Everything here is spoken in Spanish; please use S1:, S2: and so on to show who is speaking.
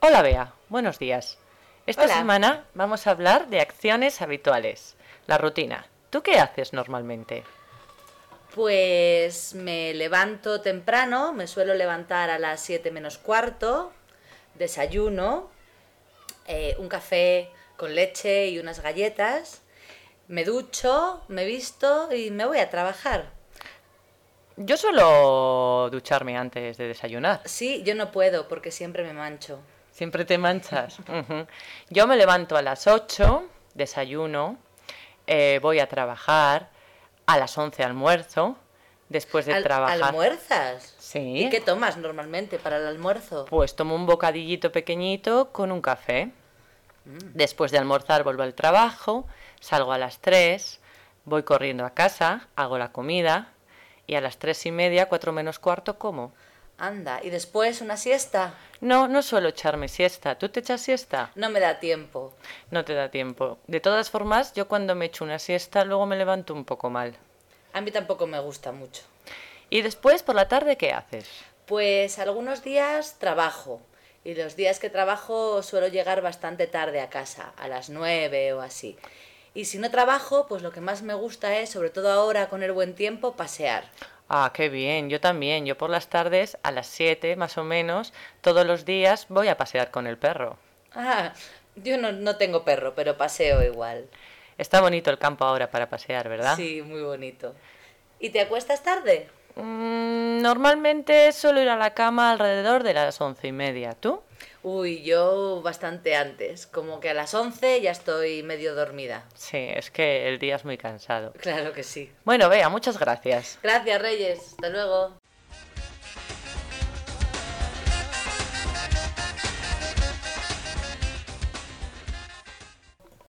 S1: Hola Bea, buenos días. Esta
S2: Hola.
S1: semana vamos a hablar de acciones habituales, la rutina. ¿Tú qué haces normalmente?
S2: Pues me levanto temprano, me suelo levantar a las 7 menos cuarto, desayuno, eh, un café con leche y unas galletas, me ducho, me visto y me voy a trabajar.
S1: Yo suelo ducharme antes de desayunar.
S2: Sí, yo no puedo porque siempre me mancho.
S1: Siempre te manchas. Ujú. Yo me levanto a las 8, desayuno, eh, voy a trabajar, a las 11 almuerzo, después de
S2: Al-
S1: trabajar...
S2: ¿Almuerzas?
S1: Sí.
S2: ¿Y qué tomas normalmente para el almuerzo?
S1: Pues tomo un bocadillito pequeñito con un café. Después de almorzar vuelvo al trabajo, salgo a las 3, voy corriendo a casa, hago la comida y a las tres y media, cuatro menos cuarto, como.
S2: Anda, ¿y después una siesta?
S1: No, no suelo echarme siesta. ¿Tú te echas siesta?
S2: No me da tiempo.
S1: No te da tiempo. De todas formas, yo cuando me echo una siesta luego me levanto un poco mal.
S2: A mí tampoco me gusta mucho.
S1: Y después, por la tarde, ¿qué haces?
S2: Pues algunos días trabajo y los días que trabajo suelo llegar bastante tarde a casa, a las 9 o así. Y si no trabajo, pues lo que más me gusta es, sobre todo ahora con el buen tiempo, pasear.
S1: Ah, qué bien, yo también. Yo por las tardes, a las 7 más o menos, todos los días voy a pasear con el perro.
S2: Ah, yo no, no tengo perro, pero paseo igual.
S1: Está bonito el campo ahora para pasear, ¿verdad?
S2: Sí, muy bonito. ¿Y te acuestas tarde?
S1: Mm, normalmente suelo ir a la cama alrededor de las once y media. ¿Tú?
S2: Uy, yo bastante antes, como que a las 11 ya estoy medio dormida.
S1: Sí, es que el día es muy cansado.
S2: Claro que sí.
S1: Bueno, vea, muchas gracias.
S2: Gracias, Reyes. Hasta luego.